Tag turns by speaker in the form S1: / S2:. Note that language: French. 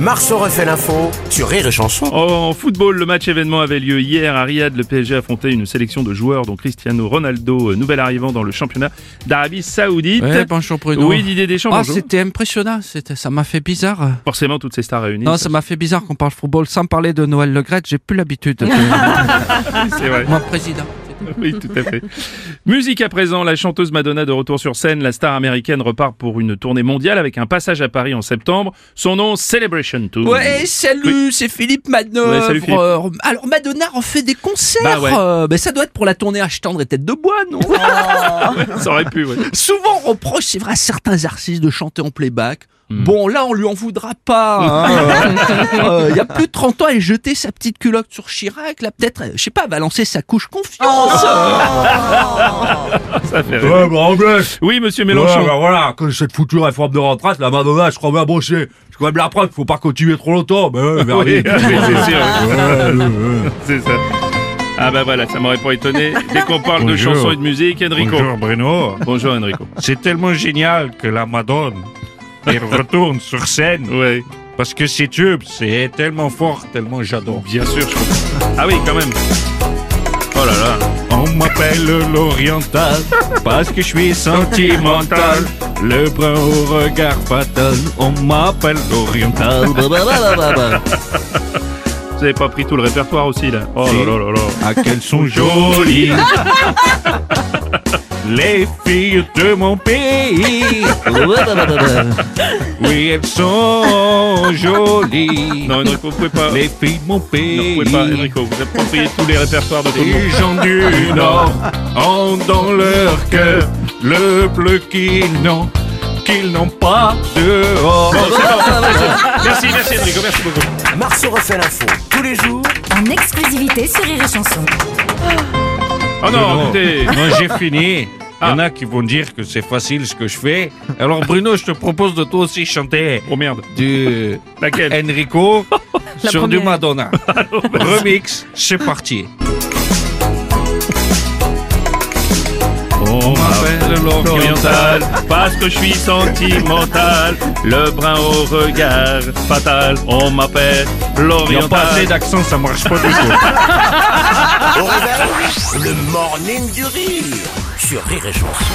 S1: Marceau refait l'info sur Rire et Chanson.
S2: En football, le match événement avait lieu hier à Riyad. Le PSG affrontait une sélection de joueurs dont Cristiano Ronaldo, euh, nouvel arrivant dans le championnat d'Arabie Saoudite.
S3: Ouais, bonjour Bruno.
S2: Oui, Didier Deschamps,
S3: Ah,
S2: bonjour.
S3: c'était impressionnant, c'était, ça m'a fait bizarre.
S2: Forcément, toutes ces stars réunies.
S3: Non, ça m'a fait bizarre qu'on parle football sans parler de Noël Le Graët, j'ai plus l'habitude.
S2: c'est vrai.
S3: Moi, président.
S2: Oui, tout à fait. Musique à présent, la chanteuse Madonna de retour sur scène, la star américaine repart pour une tournée mondiale avec un passage à Paris en septembre. Son nom, Celebration Tour.
S3: Ouais, salut, c'est Philippe Madonna.
S2: Ouais, salut, Philippe.
S3: Euh, alors, Madonna en fait des concerts.
S2: Bah ouais.
S3: euh, mais ça doit être pour la tournée H tendre et tête de bois, non Ah.
S2: Ça aurait pu, ouais.
S3: Souvent, on reproche, c'est vrai, à certains artistes de chanter en playback. Bon, là, on lui en voudra pas. hein. Euh, Il y a plus de 30 ans, elle jetait sa petite culotte sur Chirac. Là, peut-être, euh, je sais pas, elle va lancer sa couche confiance.
S2: Ça fait rire.
S4: Ouais, bah, Anglès
S2: Oui, monsieur
S4: voilà,
S2: Mélenchon.
S4: bah, voilà, que cette foutue réforme de retraite, la Madonna, je crois bien brochée. C'est quand même la preuve, faut pas continuer trop longtemps.
S5: Bah,
S4: Mais ouais,
S2: Oui,
S4: merveille.
S2: ah, mais c'est sûr.
S4: Ouais, ouais, ouais.
S2: C'est ça. Ah bah voilà, ça m'aurait pas étonné. Dès qu'on parle de
S5: Bonjour.
S2: chansons et de musique, Enrico.
S5: Bonjour Bruno.
S2: Bonjour Enrico.
S5: C'est tellement génial que la Madone elle retourne sur scène
S2: Ouais,
S5: parce que ses tubes, c'est tellement fort, tellement j'adore.
S2: bien sûr. je comprends. Ah oui, quand même. Oh là là.
S5: On m'appelle l'oriental parce que je suis sentimental. Le brun au regard fatal, on m'appelle l'oriental.
S2: Vous avez pas pris tout le répertoire aussi là. Oh là là là là.
S5: Ah, qu'elles sont jolies Les filles de mon pays Oui, elles sont jolies
S2: Non Enrico, vous pouvez pas.
S5: Les filles de mon
S2: Non,
S5: pays
S2: vous pouvez pas, Enrico. Vous appropriez tous les répertoires de tout le monde.
S5: Les gens du Nord ont dans leur cœur le bleu qu'ils n'ont qu'ils n'ont pas dehors
S2: Merci, merci Enrico, merci beaucoup.
S1: Marceau refait l'info tous les jours
S6: en exclusivité sur Rire et Chanson.
S2: Oh non,
S5: Bruno,
S2: écoutez.
S5: non, j'ai fini. Il y en
S2: Ah.
S5: a qui vont dire que c'est facile ce que je fais. Alors Bruno, je te propose de toi aussi chanter
S2: Oh merde.
S5: du
S2: Laquelle
S5: Enrico sur du
S7: première.
S5: Madonna. Remix, c'est parti.
S2: On
S5: m'appelle l'Oriental
S2: parce que je suis sentimental. Le brun au regard fatal. On m'appelle
S5: Il n'y a pas assez
S2: l'Oriental.
S5: d'accent, ça marche pas du tout.
S1: au réveil. Le morning du rire sur Rire et Chanson.